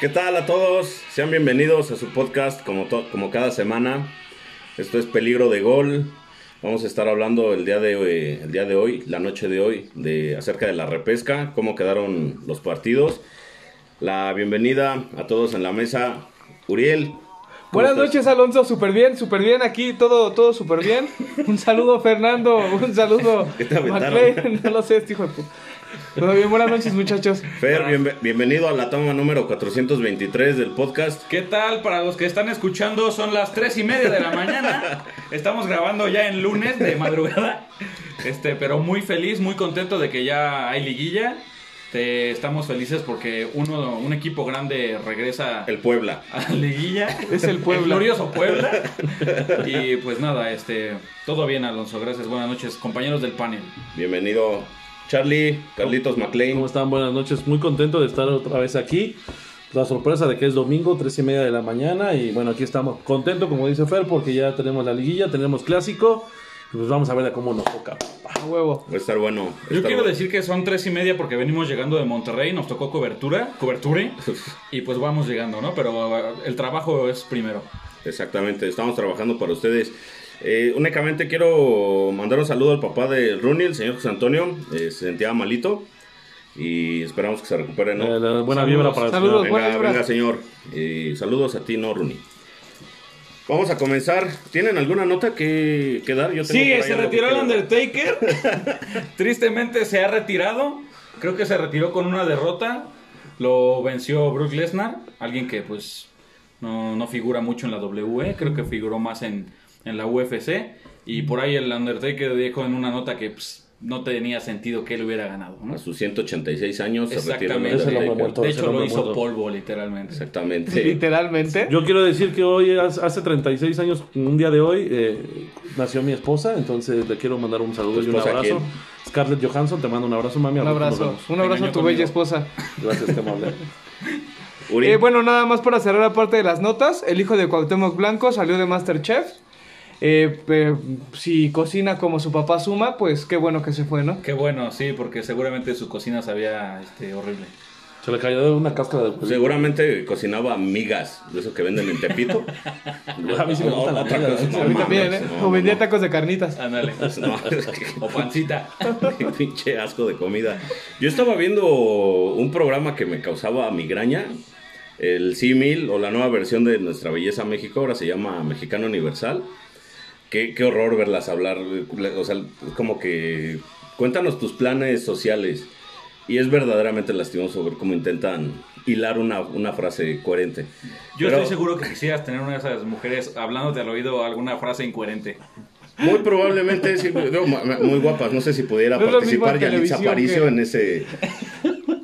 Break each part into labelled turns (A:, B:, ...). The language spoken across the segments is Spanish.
A: ¿Qué tal a todos? Sean bienvenidos a su podcast como, como cada semana. Esto es Peligro de Gol. Vamos a estar hablando el día, de hoy, el día de hoy, la noche de hoy, de acerca de la repesca, cómo quedaron los partidos. La bienvenida a todos en la mesa. Uriel.
B: Buenas estás? noches, Alonso. Súper bien, súper bien aquí, todo, todo súper bien. Un saludo, Fernando. Un saludo, McLean. No lo sé, este hijo de todo bien, buenas noches muchachos.
A: Fer, bien, bienvenido a la toma número 423 del podcast.
C: ¿Qué tal? Para los que están escuchando, son las 3 y media de la mañana. Estamos grabando ya en lunes de madrugada. Este, pero muy feliz, muy contento de que ya hay liguilla. Te, estamos felices porque uno, un equipo grande regresa.
A: El Puebla.
C: A Liguilla.
B: Es el Puebla. El
C: glorioso Puebla. Y pues nada, este, todo bien, Alonso. Gracias, buenas noches, compañeros del panel.
A: Bienvenido, Charlie, Carlitos McLean.
D: ¿Cómo están? Buenas noches. Muy contento de estar otra vez aquí. La sorpresa de que es domingo, tres y media de la mañana. Y bueno, aquí estamos contento, como dice Fer, porque ya tenemos la liguilla, tenemos clásico. Y pues vamos a ver a cómo nos toca.
B: A huevo.
A: Va a estar bueno.
C: Yo quiero
A: bueno.
C: decir que son tres y media porque venimos llegando de Monterrey, nos tocó cobertura, cobertura, y pues vamos llegando, ¿no? Pero eh, el trabajo es primero.
A: Exactamente, estamos trabajando para ustedes. Eh, únicamente quiero mandar un saludo al papá de Rooney, el señor José Antonio. Eh, se sentía malito y esperamos que se recupere, ¿no?
D: Eh, la buena saludos, vibra para el
A: saludos, señor. Venga, venga, señor. saludos a ti, ¿no, Rooney? Vamos a comenzar. ¿Tienen alguna nota que, que dar?
C: Yo tengo sí, se retiró el Undertaker. Tristemente se ha retirado. Creo que se retiró con una derrota. Lo venció Brock Lesnar, alguien que pues no, no figura mucho en la WWE, creo que figuró más en, en la UFC. Y por ahí el Undertaker dijo en una nota que pues, no tenía sentido que él hubiera ganado. ¿no?
A: A sus 186 años
C: Exactamente. Se retiró muerto, de hecho, lo hizo muerto. polvo, literalmente.
A: Exactamente.
B: Literalmente.
D: Yo quiero decir que hoy, hace 36 años, un día de hoy, eh, nació mi esposa. Entonces le quiero mandar un saludo y un abrazo. Quién? Scarlett Johansson, te mando un abrazo, mami.
B: Un abrazo. Un abrazo a tu conmigo. bella esposa.
D: Gracias, te amable.
B: Eh, bueno, nada más para cerrar la parte de las notas. El hijo de Cuauhtémoc Blanco salió de Masterchef. Eh, eh, si cocina como su papá suma, pues qué bueno que se fue, ¿no?
C: Qué bueno, sí, porque seguramente su cocina sabía este, horrible.
D: Se le cayó una cáscara de
A: Pues Seguramente cocinaba migas, de eso que venden en Tepito.
D: a mí sí me gustan no, las migas.
B: No, a mí también, ¿eh? No, o vendía tacos de carnitas.
C: Ándale. o pancita.
A: Qué pinche asco de comida. Yo estaba viendo un programa que me causaba migraña. El símil o la nueva versión de Nuestra Belleza México, ahora se llama Mexicano Universal. Qué, qué, horror verlas hablar. O sea, como que. Cuéntanos tus planes sociales. Y es verdaderamente lastimoso ver cómo intentan hilar una, una frase coherente.
C: Yo Pero, estoy seguro que quisieras tener una de esas mujeres hablándote al oído alguna frase incoherente.
A: Muy probablemente, sí, no, muy guapas. No sé si pudiera no participar Yalitza Aparicio que... en ese.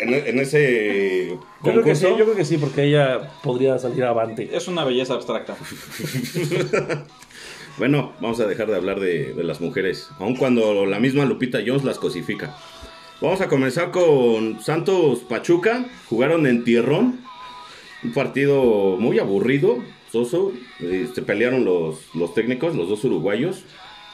A: En, e, en ese
D: yo creo, que sí, yo creo que sí, porque ella podría salir avante.
C: Es una belleza abstracta.
A: Bueno, vamos a dejar de hablar de, de, las mujeres, aun cuando la misma Lupita Jones las cosifica. Vamos a comenzar con Santos Pachuca. Jugaron en Tierrón. Un partido muy aburrido, soso. Eh, se pelearon los, los, técnicos, los dos uruguayos.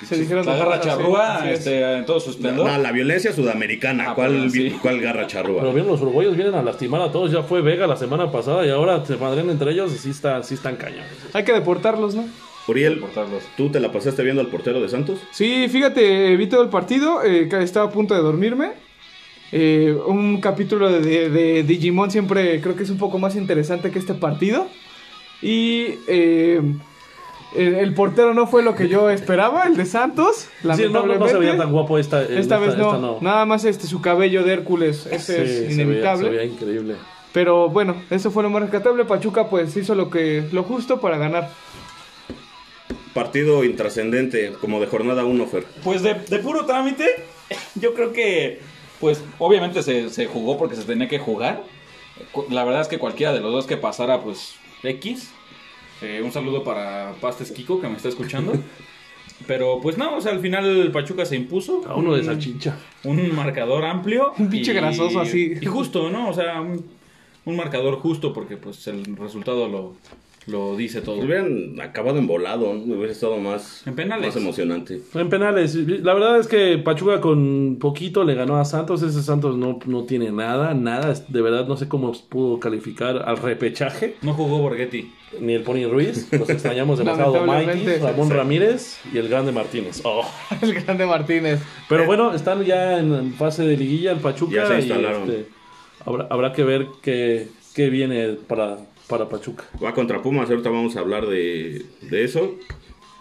C: Se dijeron la garra charrúa es. este, en todo su esplendor.
A: No, Ah, la violencia sudamericana. Ah, ¿Cuál, sí. ¿Cuál garra charrúa?
D: Pero bien, los uruguayos vienen a lastimar a todos. Ya fue Vega la semana pasada y ahora se madren entre ellos y sí, está, sí están cañones.
B: Hay que deportarlos, ¿no?
A: Uriel, ¿tú te la pasaste viendo al portero de Santos?
B: Sí, fíjate, vi todo el partido, eh, estaba a punto de dormirme. Eh, un capítulo de, de, de, Digimon siempre creo que es un poco más interesante que este partido. Y eh, el, el, portero no fue lo que yo esperaba, el de Santos. Lamentablemente.
D: Sí, no, no, se veía tan guapo esta,
B: esta, esta vez. No. Esta no. Nada más este, su cabello de Hércules, ese sí, es inevitable.
D: Se veía, se veía increíble.
B: Pero bueno, eso fue lo más rescatable. Pachuca pues hizo lo, que, lo justo para ganar
A: partido intrascendente, como de jornada 1, Fer?
C: Pues de, de, puro trámite, yo creo que, pues obviamente se, se, jugó porque se tenía que jugar. La verdad es que cualquiera de los dos que pasara, pues X. Eh, un saludo para Pastes Kiko que me está escuchando. Pero pues no, o sea, al final el Pachuca se impuso.
D: A uno de salchicha.
C: Un marcador amplio.
B: Un pinche grasoso así.
C: Y justo, ¿no? O sea, un, un marcador justo porque pues el resultado lo, Lo dice todo.
A: Hubieran acabado en volado, ¿no? hubiera estado más,
C: En penales.
A: más emocionante.
D: En penales, la verdad es que Pachuca con poquito le ganó a Santos. Ese Santos no, no tiene nada, nada. De verdad no sé cómo pudo calificar al repechaje.
C: No jugó Borghetti.
D: Ni el Pony Ruiz. Los extrañamos demasiado. Mikey,
B: Lamentablemente.
D: Ramón Ramírez y el grande Martínez. Oh.
B: El grande Martínez.
D: Pero bueno, están ya en fase de liguilla el
A: Eh,
D: Pachuca.
A: Ya se
D: y, este,
A: instalaron.
D: habrá, habrá que ver qué, qué viene para, para Pachuca.
A: Va contra Pumas, ahorita vamos a hablar de, de eso.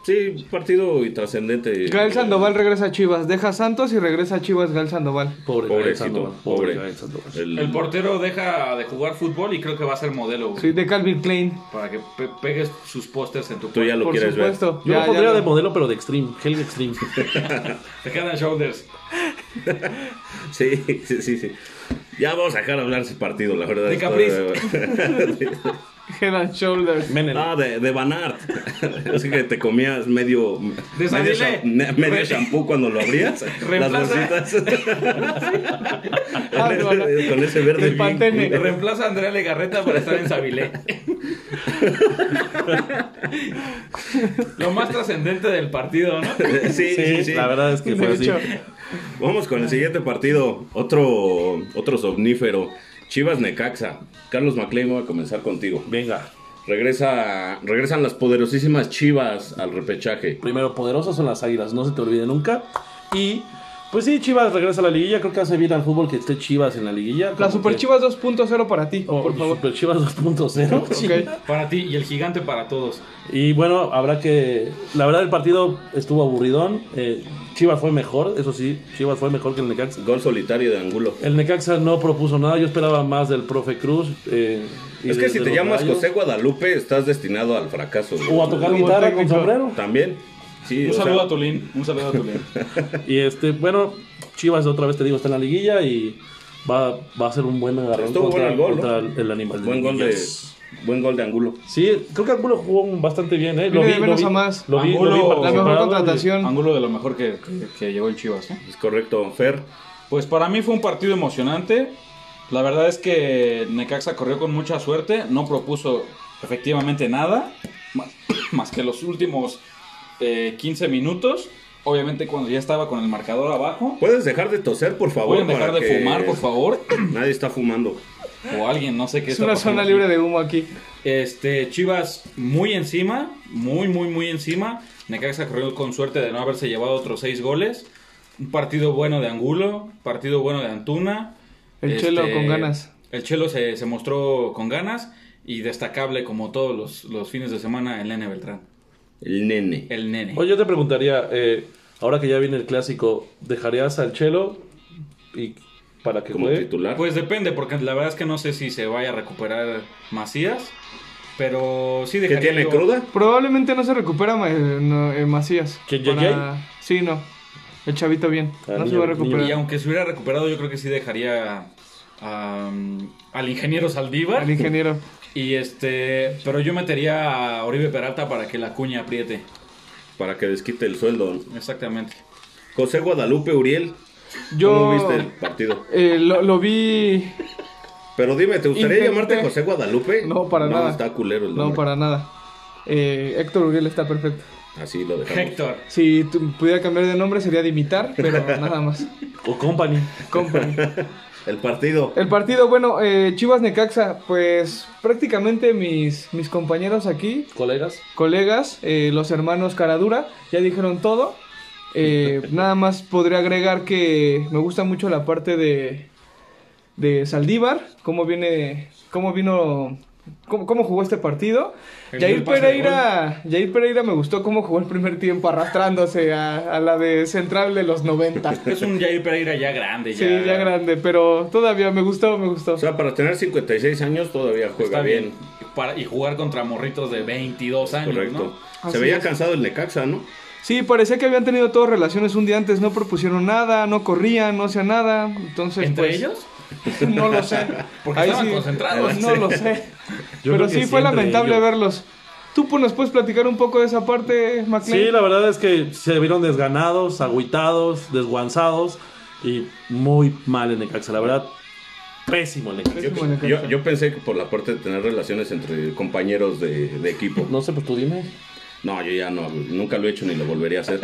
A: Sí, partido intrascendente.
B: Gael Sandoval regresa a Chivas. Deja a Santos y regresa a Chivas Gael Sandoval.
D: Pobre Gael
A: Pobrecito,
D: Sandoval,
A: pobre.
D: Gael Sandoval.
A: El,
C: El portero deja de jugar fútbol y creo que va a ser modelo, güey.
B: Sí, de Calvin Klein.
C: Para que pe- pegues sus pósters en tu
A: tú ya lo
B: por
A: quieres
B: supuesto.
D: Yo
B: Ya,
D: lo
B: ya
D: pondría
B: lo-
D: de modelo, pero de extreme. Helga extreme.
C: Te quedan shoulders.
A: ver. Sí, sí, sí, sí. Ya vamos a dejar hablar ese partido, la verdad.
C: De
A: está-
B: Head and Shoulders.
D: Menem.
A: Ah, de, de Banart. Es que te comías medio. medio,
C: Desabile.
A: sha- ne- medio
C: Re-
A: shampoo cuando lo abrías. las
C: Reemplaza.
A: bolsitas.
B: Ah, no, no.
A: Con ese verde.
B: El Pantene.
A: bien culero.
C: Reemplaza a Andrea Legarreta para estar en Sabilé. lo más trascendente del partido, ¿no?
A: Sí, sí, sí.
D: La verdad es que fue
B: De
D: así.
B: hecho,
A: Vamos con el siguiente partido. Otro, otro somnífero. Chivas Necaxa. Carlos MacLean, voy a comenzar contigo.
D: Venga.
A: Regresa, regresan las poderosísimas Chivas al repechaje.
D: Primero, poderosas son las águilas, no se te olvide nunca. Y, pues sí, Chivas regresa a la liguilla. Creo que hace bien al fútbol que esté Chivas en la liguilla.
B: la Super Chivas 2.0 para ti,
D: Oh,
B: por favor.
D: Super Chivas 2.0.
B: Ok.
C: Para ti y el gigante para todos.
D: Y bueno, habrá que. La verdad, el partido estuvo aburridón. Eh, Chivas fue mejor, eso sí, Chivas fue mejor que el Necaxa.
A: Gol solitario de Angulo.
D: El Necaxa no propuso nada, yo esperaba más del profe Cruz. eh, y
A: Es
D: de-
A: que si
D: de
A: te
D: los
A: llamas
D: Rayos.
A: José Guadalupe, estás destinado al fracaso. güey.
D: O a tocar
B: Como
D: guitarra con
B: técnico.
D: sombrero.
A: También. Sí,
C: Un
A: o sea,
C: saludo a Tulín. Un saludo a Tulín.
D: Y este, bueno, Chivas otra vez te digo, está en la liguilla y va, va a ser un buen agarrón
A: Estuvo
D: contra,
A: bueno el gol, ¿no?
D: contra el- el animal.
A: Buen gol de
D: Yes.
A: buen gol de Angulo.
D: Sí, creo que Angulo jugó bastante bien, ¿eh?
B: Viene de menos a más.
D: Lo vi, lo vi
C: Angulo, la
B: La mejor
D: participar,
B: contratación.
C: Ángulo de lo mejor que, que, que llegó el Chivas, ¿eh?
A: Es correcto, Fer.
C: Pues para mí fue un partido emocionante. La verdad es que Necaxa corrió con mucha suerte, no propuso efectivamente nada, más, más que los últimos eh, 15 minutos. Obviamente cuando ya estaba con el marcador abajo.
A: ¿Puedes dejar de toser, por favor?
C: Pueden dejar
A: para
C: de
A: que-
C: fumar, por favor.
A: Nadie está fumando.
C: O alguien, no sé qué
B: Es
C: está
B: una
C: pasando
B: zona
C: aquí.
B: libre de humo aquí.
C: Este, Chivas muy encima, muy, muy, muy encima. Necaxa corrió con suerte de no haberse llevado otros seis goles. Un partido bueno de Angulo, partido bueno de Antuna. Este,
B: El Chelo con ganas.
C: El Chelo se, se mostró con ganas y destacable como todos los, los fines de semana el Nene Beltrán.
A: El nene.
C: El Nene.
D: Oye, yo te preguntaría, eh, ahora que ya viene el clásico, ¿dejarías al Chelo y para que
A: como
D: juegue?
A: titular.
C: Pues depende, porque la verdad es que no sé si se vaya a recuperar Macías, pero sí
A: ¿Qué
C: dejaría
A: tiene
C: yo-
A: cruda?
B: Probablemente no se recupera Ma- eh, no, eh, Macías.
D: ¿Quién, Yeye?
B: Sí, no. El chavito bien.
D: Ah,
B: no se
D: niño,
B: va a
C: Y
B: recuperar.
C: aunque se hubiera recuperado, yo creo que sí dejaría am, al ingeniero Saldívar.
B: El ingeniero.
C: Y este, pero yo metería a Oribe Peralta para que la cuña apriete.
A: Para que desquite el sueldo.
C: Exactamente.
A: José Guadalupe Uriel. ¿Cómo
B: Yo
A: viste el partido?
B: eh, lo, lo vi.
A: Pero dime, ¿te gustaría
B: Intenté-
A: llamarte José Guadalupe?
B: No, para nada.
A: está culero el
B: No,
A: nombre.
B: para nada. Eh, Héctor Uriel está perfecto.
A: Así lo dejamos.
C: Héctor.
B: Si tu- pudiera cambiar de nombre sería Dimitar, pero nada más.
D: O Company.
B: Company.
A: El partido.
B: El partido, bueno, eh, Chivas Necaxa, pues prácticamente mis, mis compañeros aquí,
D: ¿Colegas?
B: colegas, eh, los hermanos Caradura, ya dijeron todo. Eh, nada más podría agregar que me gusta mucho la parte de, de Saldívar, cómo viene, cómo vino, cómo, cómo jugó este partido.
C: El
B: Jair
C: del pase de
B: Pereira, Jair Pereira me gustó cómo jugó el primer tiempo arrastrándose a, a la de central de los 90.
C: Es un Jair Pereira ya grande.
B: Sí, ya grande, pero todavía me gustó, me gustó.
A: O sea, para tener 56 años todavía juega
C: Está
A: bien.
C: bien. Para- y jugar contra morritos de 22 años,
A: Correcto.
C: ¿no?
A: Se
B: Así
A: veía
B: es.
A: cansado el Necaxa, ¿no?
B: Sí, parecía que habían tenido todas relaciones un día antes, no propusieron nada, no corrían, no hacían nada, entonces
C: ¿Entre
B: pues,
C: ellos?
B: No lo sé.
C: Porque estaban concentrados.
B: No lo sé.
D: Yo creo
B: Pero
D: que
B: sí
D: sí,
B: fue
D: entre
B: lamentable
D: ellos.
B: verlos. ¿Tú pues, nos puedes platicar un poco de esa parte, McLean?
D: Sí, la verdad es que se vieron desganados, agüitados, desguanzados y muy mal en Necaxa. La verdad, Pésimo el equipo.
A: Yo,
B: Pésimo en la
A: yo-
B: cancha.
A: yo pensé que por la parte de tener relaciones entre compañeros de, de equipo.
D: No sé, pues tú dime.
A: No, yo ya no, nunca lo he hecho ni lo volvería a hacer.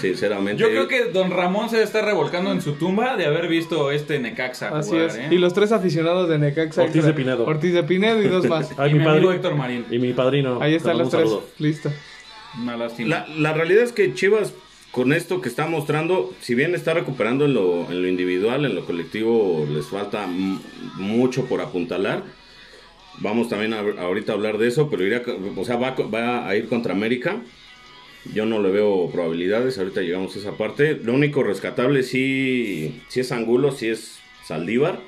A: Sinceramente.
C: Yo creo que Don Ramón se está revolcando en su tumba de haber visto este Necaxa
B: Así
C: jugar,
B: es.
C: ¿eh?
B: Y los tres aficionados de Necaxa.
D: Ortiz de Pinedo.
B: Ortiz de Pinedo y dos más.
D: Ay,
C: Y
D: mi
C: mi amigo
D: padre-
C: Héctor Marín.
D: Y mi padrino.
B: Ahí están
D: te
B: los
D: mando un
B: tres.
D: saludo.
B: Listo.
C: Una lástima.
A: La, la realidad es que Chivas, con esto que está mostrando, si bien está recuperando en lo, en lo individual, en lo colectivo les falta m- mucho por apuntalar. Vamos también a, ahorita a hablar de eso, pero irá, co- o sea, va, co- va a ir contra América. Yo no le veo probabilidades, ahorita llegamos a esa parte. Lo único rescatable sí, sí es Angulo, sí es Saldívar.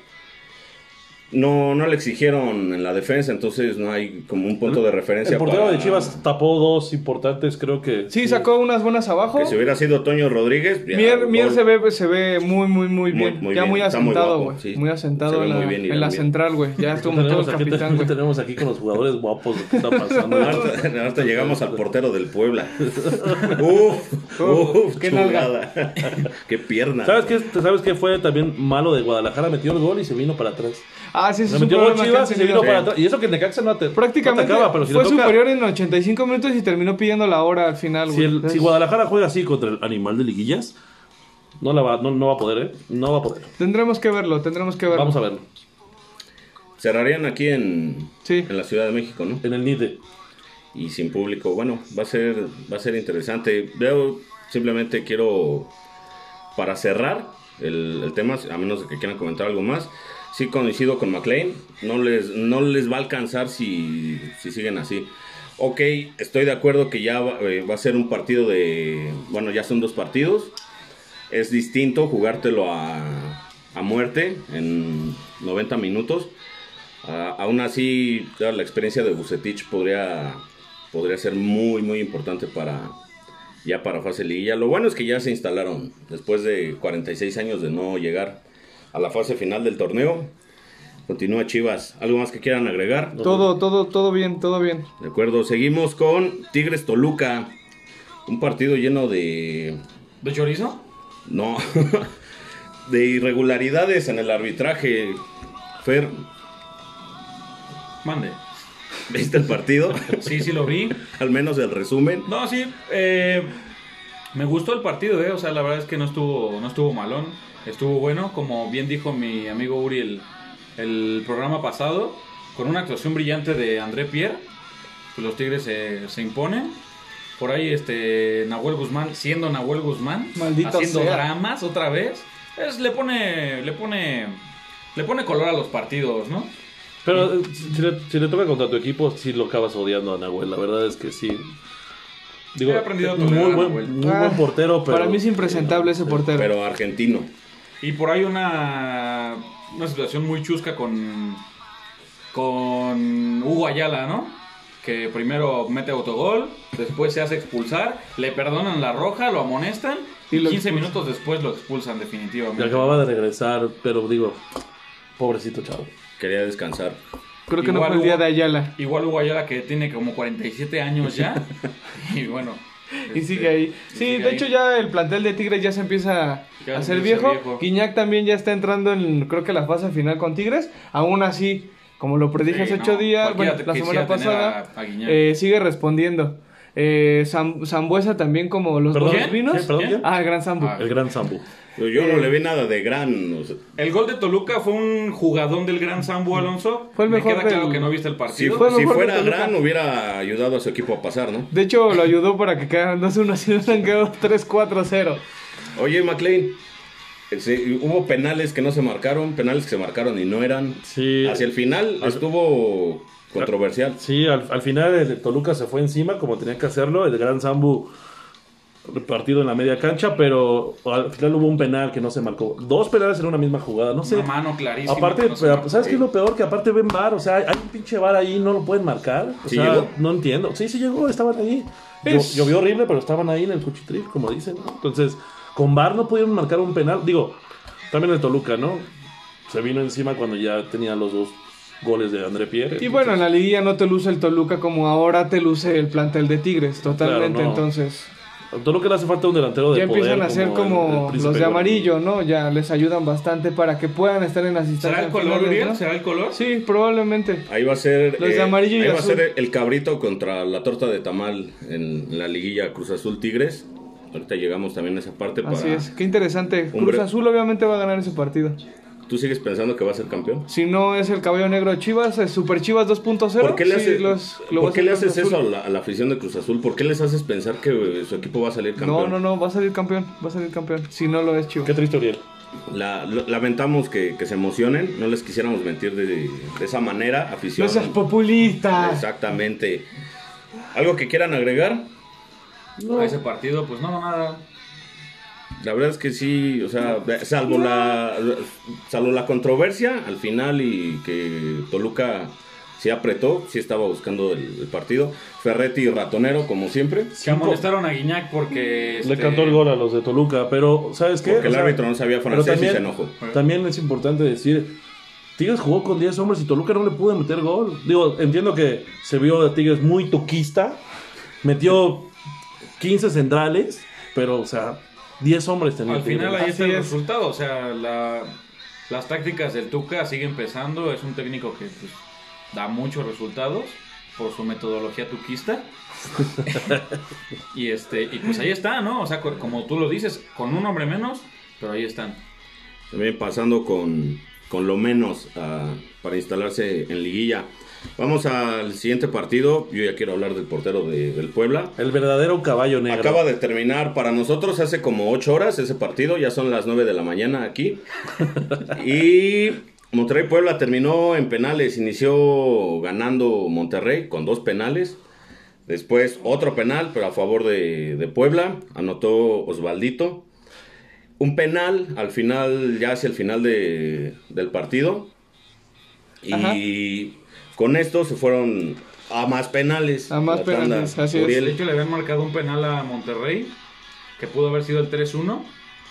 A: No, no le exigieron en la defensa, entonces no hay como un punto de referencia.
D: El portero
A: para-
D: de Chivas tapó dos importantes, creo que.
B: Sí, sacó unas buenas abajo.
A: Que si hubiera sido Toño Rodríguez. ya,
B: Mier,
A: gol.
B: Mier se ve, pues, se ve muy, muy, muy
A: Muy-
B: bien.
A: muy
B: ya
A: bien.
B: muy
A: Está muy
B: asentado,
A: guapo,
B: güey.
A: sí.
B: Muy asentado
A: Se ve
B: en la,
A: muy bien y
B: en la
A: también.
B: central, güey. Ya estuvo todo
D: Tenemos
B: el
D: aquí,
B: capitán, güey.
D: tenemos aquí con los jugadores guapos lo que está pasando.
A: Ahorita, ahorita llegamos al portero del Puebla. Uf, uf,
B: Qué
A: qué nalgada. qué pierna.
D: ¿Sabes qué, ¿Sabes qué fue también malo de Guadalajara? Metió el gol y se vino para atrás.
B: Ah, sí, ese
D: Se
B: es un
D: metió el gol
B: problema que han
D: Chivas y se
B: tenido.
D: vino para atrás. Y eso que Necaxa no, te,
B: Prácticamente
D: no atacaba, pero si le
B: fue
D: toca-
B: superior en 85 minutos y terminó pidiendo la hora al final, güey.
D: Si, el- si
B: Entonces,
D: Guadalajara juega así contra el animal de liguillas, no, la va, no, no va a poder, ¿eh? No va a poder.
B: Tendremos que verlo, tendremos que verlo.
D: Vamos a verlo.
A: Cerrarían aquí en,
B: Sí.
A: en la Ciudad de México, ¿no?
D: En el NIDE.
A: Y sin público. Bueno, va a ser, va a ser interesante. Veo, simplemente quiero, para cerrar el, el tema, a menos de que quieran comentar algo más. Sí coincido con McLean, no les, no les va a alcanzar si, si siguen así. Ok, estoy de acuerdo que ya va, eh, va a ser un partido de... Bueno, ya son dos partidos. Es distinto jugártelo a, a muerte en 90 minutos. Ah, aún así, claro, la experiencia de Bucetich podría, podría ser muy, muy importante para ya para fase liguilla. Lo bueno es que ya se instalaron después de 46 años de no llegar a la fase final del torneo. Continúa Chivas. ¿Algo más que quieran agregar?
B: Todo, todo, todo bien, todo bien.
A: De acuerdo, seguimos con Tigres Toluca. Un partido lleno de.
C: ¿De chorizo?
A: No. de irregularidades en el arbitraje. Fer,
C: Mande.
A: ¿viste el partido?
C: Sí, sí lo vi.
A: Al menos el resumen.
C: No, sí. eh, me gustó el partido, ¿eh? O sea, la verdad es que no estuvo, no estuvo malón. Estuvo bueno, como bien dijo mi amigo Uri el, el programa pasado, con una actuación brillante de André Pierre. pues los Tigres se, se imponen. Por ahí este Nahuel Guzmán, siendo Nahuel Guzmán,
B: Maldito
C: haciendo
B: sea.
C: dramas otra vez, es, le pone, le pone, le pone color a los partidos, ¿no?
D: Pero eh, si le, si le toca contra tu equipo, sí lo acabas odiando a Nahuel. La verdad es que sí.
C: He aprendido a tolerar
D: muy
C: a
D: buen,
C: Nahuel.
D: muy
B: Ah,
D: buen portero, pero.
B: Para mí es impresentable ese portero.
A: Pero argentino.
C: Y por ahí una, una situación muy chusca con, con Hugo Ayala, ¿no? Que primero mete autogol, después se hace expulsar, le perdonan la roja, lo amonestan
B: Y
C: y,
B: lo
C: 15
B: expulsan.
C: minutos después lo expulsan definitivamente.
D: Y acababa de regresar, pero digo, pobrecito chavo.
A: Quería descansar.
B: Creo que no
C: igual
B: fue el día
C: hubo-
B: de Ayala.
C: Igual Hugo Ayala que tiene como 47 años ya. y bueno.
B: Y
C: este,
B: sigue ahí.
C: y
B: Sí,
C: sigue
B: de
C: ahí.
B: hecho ya el plantel de Tigres ya se empieza
C: Ya
B: a
C: se
B: hacer
C: empieza
B: viejo.
C: viejo.
B: Guiñac también ya está entrando en, creo que la fase final con Tigres. Aún así, como lo predije
C: Sí,
B: hace ocho
C: no,
B: días,
C: cualquiera
B: bueno,
C: te
B: la semana
C: quisiera tener
B: pasada,
C: a- a Guiñac.
B: eh, sigue respondiendo. Eh, Sam- Sambuesa también como los
D: Perdón,
B: dos
C: ¿Quién?
B: vinos.
D: ¿Quién? Perdón, ¿quién?
B: Ah, el Gran Sambu.
C: Ah.
D: El gran Sambu.
A: Yo, yo no le vi nada de gran. o sea,
C: El gol de Toluca fue un jugadón del gran Sambo Alonso.
B: Mm. Fue el mejor
C: Me queda claro
B: del-
C: que no viste el
A: si,
C: partido.
B: fue el
A: si
B: mejor de
A: fuera
B: Toluca.
A: gran, hubiera ayudado a su equipo a pasar, ¿no?
B: De hecho, lo ayudó para que quedaran 2-1, si no se han quedado 3-4-0.
A: Oye, McLean. eh, sí, hubo penales que no se marcaron, penales que se marcaron y no eran.
D: Sí.
A: Hacia el final estuvo controversial.
D: Sí, al, al final el de Toluca se fue encima como tenía que hacerlo. El gran Sambu partido en la media cancha, pero al final hubo un penal que no se marcó. Dos penales en una misma jugada, no sé.
C: Una mano clarísima.
D: Aparte, pues,
C: que no se marcó.
D: ¿sabes qué es lo peor? Que aparte ven bar, o sea, hay un pinche bar ahí, no lo pueden marcar. O
A: ¿Sí
D: sea,
A: llegó?
D: no entiendo. Sí, sí llegó, estaban ahí. Llo-
B: Es-
D: Llovió horrible, pero estaban ahí en el cuchitril, como dicen. ¿no? Entonces, con bar no pudieron marcar un penal. Digo, también el Toluca, ¿no? Se vino encima cuando ya tenía los dos goles de André Pierre.
B: Y bueno, en la liguilla no te luce el Toluca como ahora te luce el plantel de Tigres, totalmente.
D: Claro, no.
B: Entonces,
D: A Toluca le hace falta un delantero de
B: Ya
D: poder.
B: empiezan a ser
D: el- el
B: como
D: príncipe
B: los de
D: Gordillo.
B: amarillo, ¿no? Ya les ayudan bastante para que puedan estar en las instancias.
C: ¿Será el color,
B: finales,
C: Uriel?
B: ¿no?
C: ¿Será el color?
B: Sí, probablemente.
A: Ahí va a ser. eh,
B: Los de amarillo y
A: ahí va
B: azul.
A: a ser el cabrito contra la torta de tamal en la liguilla Cruz Azul Tigres. Ahorita llegamos también a esa parte para.
B: Así es. Qué interesante. Cruz
A: Hombre.
B: Azul obviamente va a ganar ese partido.
A: ¿Tú sigues pensando que va a ser campeón?
B: Si no es el caballo negro de Chivas, es Super Chivas 2.0.
A: ¿Por qué le,
B: sí,
A: haces-
B: los- lo va
A: ¿por
B: a
A: qué le
B: hacer
A: haces
B: Cruz
A: eso a
B: Azul.
A: la, a la afición de Cruz Azul? ¿Por qué les haces pensar que eh, su equipo va a salir
B: No,
A: campeón?
B: no, no, va a salir campeón, va a salir campeón. Si no lo es Chivas.
D: Qué triste, Uriel.
A: La- lo- lamentamos que, que se emocionen, no les quisiéramos mentir de, de esa manera, afición.
B: No seas populista.
A: Exactamente. ¿Algo que quieran agregar?
C: A ese partido, pues no, nada.
A: La verdad es que sí, o sea, salvo la salvo la controversia al final y que Toluca se apretó, sí estaba buscando el, el partido. Ferretti ratonero, como siempre,
C: Se amonestaron a Guiñac porque.
B: Este,
C: este,
D: Le cantó el gol a los de Toluca, pero ¿sabes qué?
A: porque
D: O
A: el
D: sea,
A: árbitro no sabía
D: pero
A: francés y se enojó.
D: También es importante decir, Tigres jugó con 10 hombres y Toluca no le pudo meter gol. Digo, entiendo que se vio a Tigres muy toquista, metió 15 centrales, pero, o sea, 10 hombres tenía
C: Al final
D: Tigres.
C: ahí está el
B: Así es.
C: resultado. O sea, la- las tácticas del Tuca siguen pesando. Es un técnico que pues, da muchos resultados por su metodología tuquista. y este y pues ahí está, ¿no? O sea, co- como tú lo dices, con un hombre menos, pero ahí están.
A: También pasando con, con lo menos ah, para instalarse en liguilla. Vamos al siguiente partido. Yo ya quiero hablar del portero de- del Puebla.
D: El verdadero caballo negro.
A: Acaba de terminar para nosotros hace como 8 horas ese partido, ya son las 9 de la mañana aquí. y Monterrey Puebla terminó en penales, inició ganando Monterrey con dos penales. Después otro penal, pero a favor de, de Puebla, anotó Osvaldito. Un penal al final, ya hacia el final de- del partido. Y
B: Ajá.
A: con esto se fueron a más penales.
B: A más
A: La tanda,
B: penales, así es.
A: Uriel.
C: De hecho, le habían marcado un penal a Monterrey que pudo haber sido el 3-1,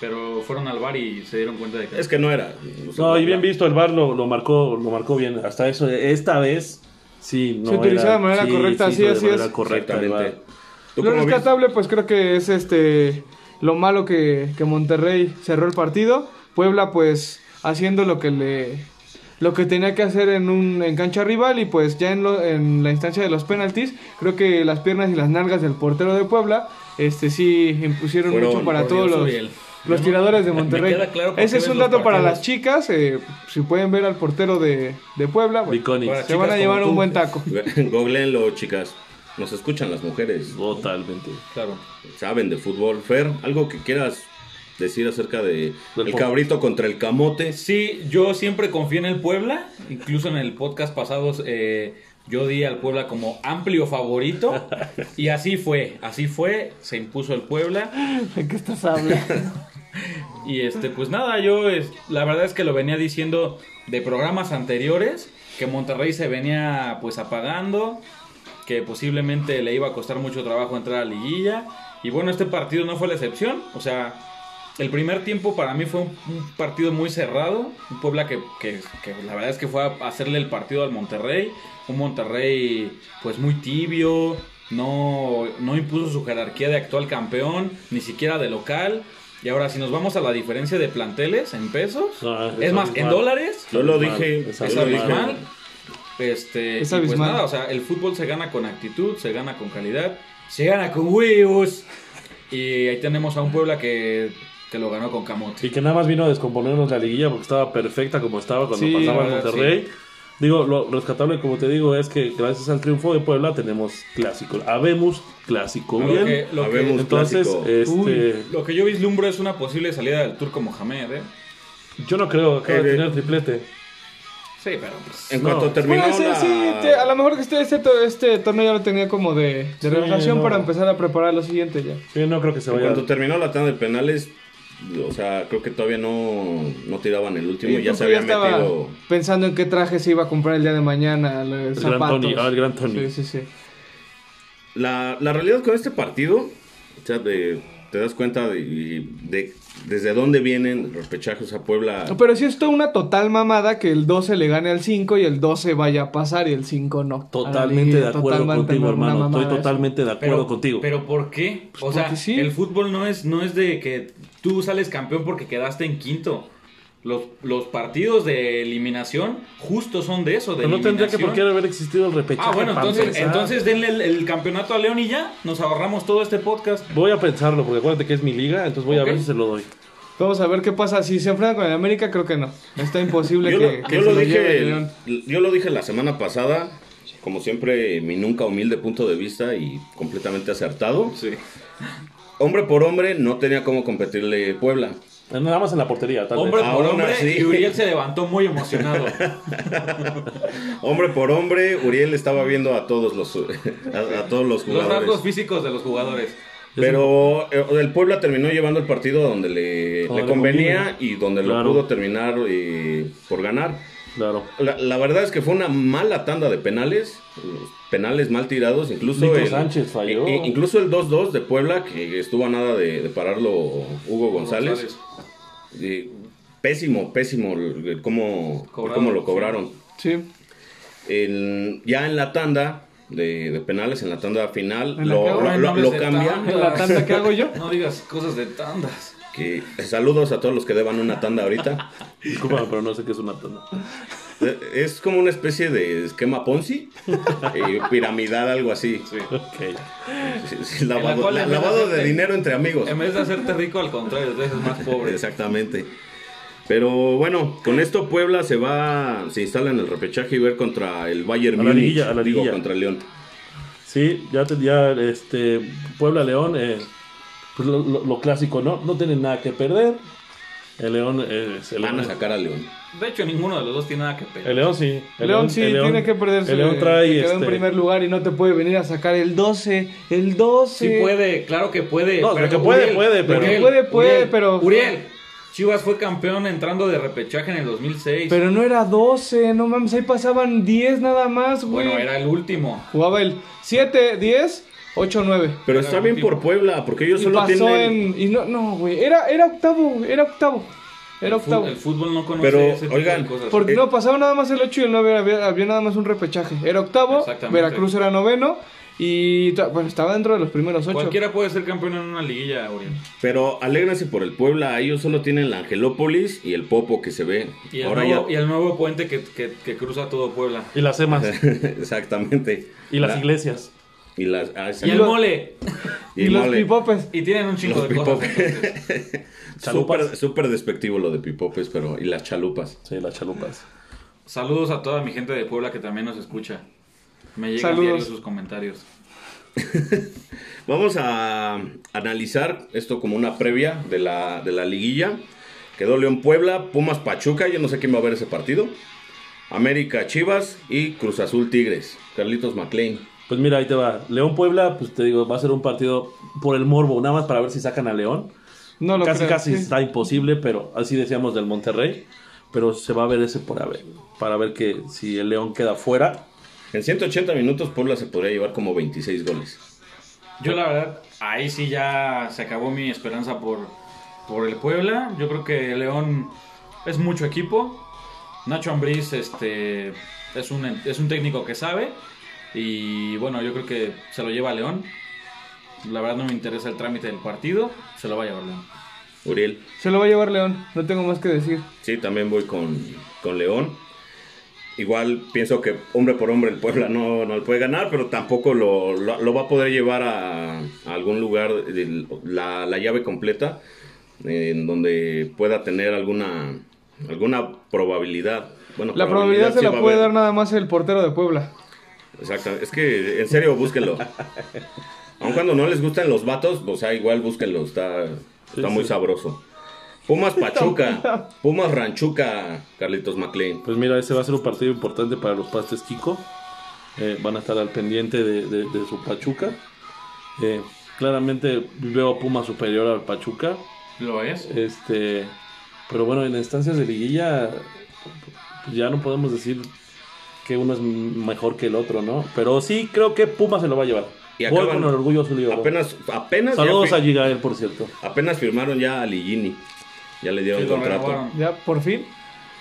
C: pero fueron al bar y se dieron cuenta de que.
A: Es que no era.
D: No, y bien visto, el VAR lo, lo marcó lo marcó bien. Hasta eso, esta vez, sí, no
B: Se utilizó
D: era-
B: de manera
D: sí,
B: correcta,
D: se
B: así,
D: hizo
B: así
D: de manera
B: es.
D: correcta el
A: Exactamente.
D: VAR.
A: ¿Tú
B: Lo
A: cómo ves?
B: rescatable, pues creo que es este lo malo que, que Monterrey cerró el partido. Puebla, pues, haciendo lo que le lo que tenía que hacer en un en cancha rival y pues ya en, lo- en la instancia de los penaltis creo que las piernas y las nalgas del portero de Puebla este sí impusieron
A: Fueron
B: mucho para
C: por
B: todos
C: Dios,
B: los,
C: Uriel.
B: los
C: Yo no-
B: tiradores de
C: me
B: Monterrey
C: queda claro por
B: ese
C: qué
B: es
C: ves
B: un
C: los
B: dato para
C: partidos.
B: las chicas eh, si pueden ver al portero de, de Puebla bueno,
D: Biconis.
C: Para
B: se van a
C: chicas
B: llevar
C: como
B: un
C: tú.
B: buen taco
A: Googleenlo, chicas. Nos escuchan las mujeres.
D: Totalmente.
C: Claro.
A: Saben de fútbol. Fer, algo que quieras decir acerca de
D: Del
A: el
D: po-
A: cabrito contra el camote.
C: Sí, yo siempre confié en el Puebla. Incluso en el podcast pasado eh, yo di al Puebla como amplio favorito. Y así fue, así fue. Se impuso el Puebla.
B: ¿de qué estás hablando?
C: Y este, pues nada, yo es- la verdad es que lo venía diciendo de programas anteriores. Que Monterrey se venía pues apagando. Que posiblemente le iba a costar mucho trabajo entrar a liguilla. Y bueno, este partido no fue la excepción. O sea, El primer tiempo para mí fue un, un partido muy cerrado. Un Puebla que, que- que la verdad es que fue a hacerle el partido al Monterrey. Un Monterrey pues muy tibio. No, no impuso su jerarquía de actual campeón, ni siquiera de local. Y ahora si nos vamos a la diferencia de planteles en pesos,
D: No, eso
C: es más,
D: es
C: en
D: mal.
C: dólares,
A: Yo lo
D: Abismal,
A: dije.
D: es
A: yo
C: es
A: lo
D: abismal.
A: dije.
C: abismal. Este,
B: Es
C: y pues
B: abismal.
C: nada, o sea, el fútbol se gana con actitud, se gana con calidad, se gana con huevos. Y ahí tenemos a un Puebla que, que lo ganó con camote.
D: Y que nada más vino a descomponernos la liguilla porque estaba perfecta como estaba cuando
B: Sí,
D: pasaba
C: la
D: en
C: verdad,
D: Monterrey. Digo, lo rescatable, como te digo, es que gracias al triunfo de Puebla tenemos clásico. Habemos clásico.
C: Lo
D: Bien.
C: que- lo que-
A: Habemos
D: Entonces,
A: clásico.
D: este,
B: Uy.
C: Lo que yo vislumbro es una posible salida del turco Mohamed, ¿eh?
D: yo no creo que acaba de
A: Eh,
D: tener triplete.
C: Sí, pero pues,
A: En
D: No.
A: cuanto terminó
B: Puede ser,
A: la-
B: sí, te- a lo mejor que este, este, to- este torneo ya lo tenía como de, de
D: Sí,
B: relajación
D: no.
B: para empezar a preparar lo siguiente ya.
D: Yo no creo que se
A: en
D: vaya.
A: cuanto terminó la tanda de penales, o sea, creo que todavía no, no tiraban el último.
B: Y
A: ya
B: Tuca
A: se había
B: estaba
A: metido.
B: pensando en qué traje se iba a comprar el día de mañana, los
D: El gran
B: zapatos.
D: Tony, ah, el gran Tony.
B: Sí, sí, sí.
A: La, la realidad con este partido, o sea, de- te das cuenta de, de- desde dónde vienen los pechajes a Puebla.
B: Ah. Pero sí es toda una total mamada que el 12 le gane al 5 y el 12 vaya a pasar y el 5 no.
D: Totalmente de acuerdo
B: Totalmente
D: contigo,
B: una
D: hermano.
B: mamada
D: Estoy
B: de esas.
D: totalmente de acuerdo
C: Pero,
D: contigo.
C: pero ¿por qué?
D: Pues
C: o sea,
B: porque sí.
C: el fútbol no es, no es de que tú sales campeón porque quedaste en quinto. Los, los partidos de eliminación justo son de eso, de
D: Pero no tendría que
C: eliminación.
D: por qué haber existido el repechaje.
C: Ah, bueno,
D: para
C: entonces,
D: empezar.
C: entonces denle el, el campeonato a León y ya nos ahorramos todo este podcast.
D: Voy a pensarlo, porque acuérdate que es mi liga, entonces voy
C: Ok.
D: a ver si se lo doy.
B: Vamos a ver qué pasa. Si se enfrentan con el América, creo que no. Está imposible
A: Yo,
B: que,
A: lo,
B: que
A: yo
B: se
A: lo
B: lo lleve el
A: dije,
B: León.
A: yo lo dije la semana pasada, como siempre, mi nunca humilde punto de vista y completamente acertado.
C: Sí.
A: Hombre por hombre no tenía cómo competirle Puebla.
D: Nada más en la portería, tal vez.
C: Hombre por
A: Aún
C: hombre,
A: así.
C: y Uriel se levantó muy emocionado.
A: Hombre por hombre, Uriel estaba viendo a todos los, a, a todos los
C: los
A: jugadores.
C: rasgos físicos de los jugadores.
A: Pero eh, el Puebla terminó llevando el partido donde le,
D: Donde
A: le
D: le
A: convenía
D: conviene.
A: y donde
D: Claro.
A: lo pudo terminar eh, por ganar.
D: Claro.
A: La, la verdad es que fue una mala tanda de penales, los penales mal tirados, incluso
D: Nico
A: el,
D: Sánchez falló.
A: i- i- incluso el 2-2 de Puebla, que estuvo a nada de, de pararlo Hugo González. Eh, pésimo, pésimo el- el cómo, el
C: Cobrado.
A: cómo lo cobraron.
B: Sí.
A: El- ya en la tanda de, de penales, en la tanda final,
B: En la que
A: lo,
B: ahora
A: lo-
C: hay
A: lo-
C: nombres
A: lo
C: de
A: cambian.
C: tanda.
B: ¿En la tanda que hago yo?
C: No digas cosas de tandas.
A: Que, saludos a todos los que deban una tanda ahorita.
D: Discúlpame, pero no sé qué es una tanda.
A: Eh, es como una especie de esquema Ponzi, eh, piramidal, algo así.
D: Ok.
A: Sí, sí, lavado,
C: cual
A: la-
C: en vez de
A: lavado de
C: hacerte-
A: dinero entre amigos.
C: En vez de hacerte rico, al contrario, te haces más pobre.
A: Exactamente. Pero bueno, con esto Puebla se va, se instala en el repechaje y ver contra el Bayern
D: A la
A: Múnich,
D: liguilla, a la
A: digo,
D: liguilla.
A: contra el León.
D: Sí, ya, te- ya este, Puebla León, eh, pues lo, lo- lo clásico, ¿no? No tienen nada que perder. El León eh, es el
A: Van a
D: León.
A: sacar a León.
C: De hecho, ninguno de los dos tiene nada que pelear.
D: El León sí.
B: El León sí
D: el León-
B: tiene que perderse.
D: El León
B: Se
D: trae
B: quedó
D: este,
B: en primer lugar y no te puede venir a sacar el 12. El 12.
C: Sí puede, claro que puede.
D: No, de que puede, puede, pero-
B: Puede, puede, pero-
C: Uriel, Chivas fue campeón entrando de repechaje en el 2006.
B: Pero no era 12, no mames, ahí pasaban 10 nada más, güey.
C: bueno, era el último.
B: Jugaba el 7, 10, 8, 9.
A: Pero
C: Era
A: está
C: el
A: bien
C: último.
A: por Puebla, porque ellos
B: Y
A: solo
B: pasó
A: tienen.
B: en. Y no, no, güey. Era, era octavo, güey, era octavo. Era
C: El fútbol,
B: octavo.
C: el fútbol no conoce
A: Pero,
C: ese tipo
A: oigan,
C: de cosas.
B: Porque
A: eh,
B: no, pasaba nada más el 8 y el 9, había, había nada más un repechaje. Era octavo,
C: Exactamente.
B: Veracruz era noveno. Y ta- bueno, estaba dentro de los primeros 8.
C: Cualquiera puede ser campeón en una liguilla, Uriel.
A: Pero alégrense por el Puebla, ellos solo tienen la Angelópolis y el Popo que se ve.
C: Y el,
A: Ahora
C: nuevo,
A: ya.
C: y el nuevo puente que, que- que cruza todo Puebla.
D: Y las emas.
A: Exactamente.
D: y las
A: La-
D: iglesias.
A: Y las. ah,
C: Y el
A: exacto.
C: mole.
A: Y
B: Y los
A: mole.
B: pipopes.
C: Y tienen un chingo
A: Los
C: de cosas.
A: pipopes.
C: entonces.
D: Chalupas.
A: Súper súper despectivo lo de Pipopes, pero. Y las chalupas.
D: Sí, las chalupas.
C: Saludos a toda mi gente de Puebla que también nos escucha. Me llegan
B: Saludos.
C: diario sus comentarios.
A: Vamos a analizar esto como una previa de la, de la liguilla. Quedó León Puebla, Pumas Pachuca, yo no sé quién va a ver ese partido. América Chivas y Cruz Azul Tigres. Carlitos McLean.
D: Pues mira, ahí te va. León Puebla, pues te digo, va a ser un partido por el morbo, nada más para ver si sacan a León.
B: No lo
D: casi,
B: creo,
D: casi
B: sí.
D: está imposible, pero así decíamos del Monterrey. Pero se va a ver ese por a ver, para ver que si el León queda fuera.
A: En 180 minutos Puebla se podría llevar como 26 goles.
C: Yo la verdad, ahí sí ya se acabó mi esperanza por, por el Puebla. Yo creo que León es mucho equipo. Nacho Ambriz este, es, un, es un técnico que sabe. Y bueno, yo creo que se lo lleva a León. La verdad no me interesa el trámite del partido. Se lo va a llevar León.
A: Uriel.
B: Se lo va a llevar León, no tengo más que decir.
A: Sí, también voy con, con León. Igual pienso que hombre por hombre el Puebla no, no lo puede ganar, pero tampoco lo, lo- lo va a poder llevar a, a algún lugar el- la, la llave completa eh, en donde pueda tener alguna, alguna probabilidad. Bueno,
B: La probabilidad se
A: sí
B: la
A: va a
B: puede dar
A: haber.
B: nada más el portero de Puebla.
A: Exacto, es que en serio búsquenlo. Aun cuando no les gustan los vatos, o sea, igual búsquenlo, está, está muy sabroso. Pumas Pachuca, Pumas Ranchuca, Carlitos McLean.
D: Pues mira, ese va a ser un partido importante para los pastes Kiko. Eh, van a estar al pendiente de, de- de su Pachuca. Eh, claramente veo a Puma superior al Pachuca.
C: ¿Lo es?
D: Este, pero bueno, en instancias de liguilla pues ya no podemos decir que uno es mejor que el otro, ¿no? Pero sí creo que Puma se lo va a llevar.
A: Y
D: Voy
A: acaban-
D: con el orgullo azul y oro.
A: Apenas, apenas, ya
D: Saludos
A: fi-
D: a Gigael, por cierto.
A: apenas firmaron ya a Ligini. Ya le dieron
C: Sí, lo
A: contrato.
C: renovaron.
B: Ya, por fin.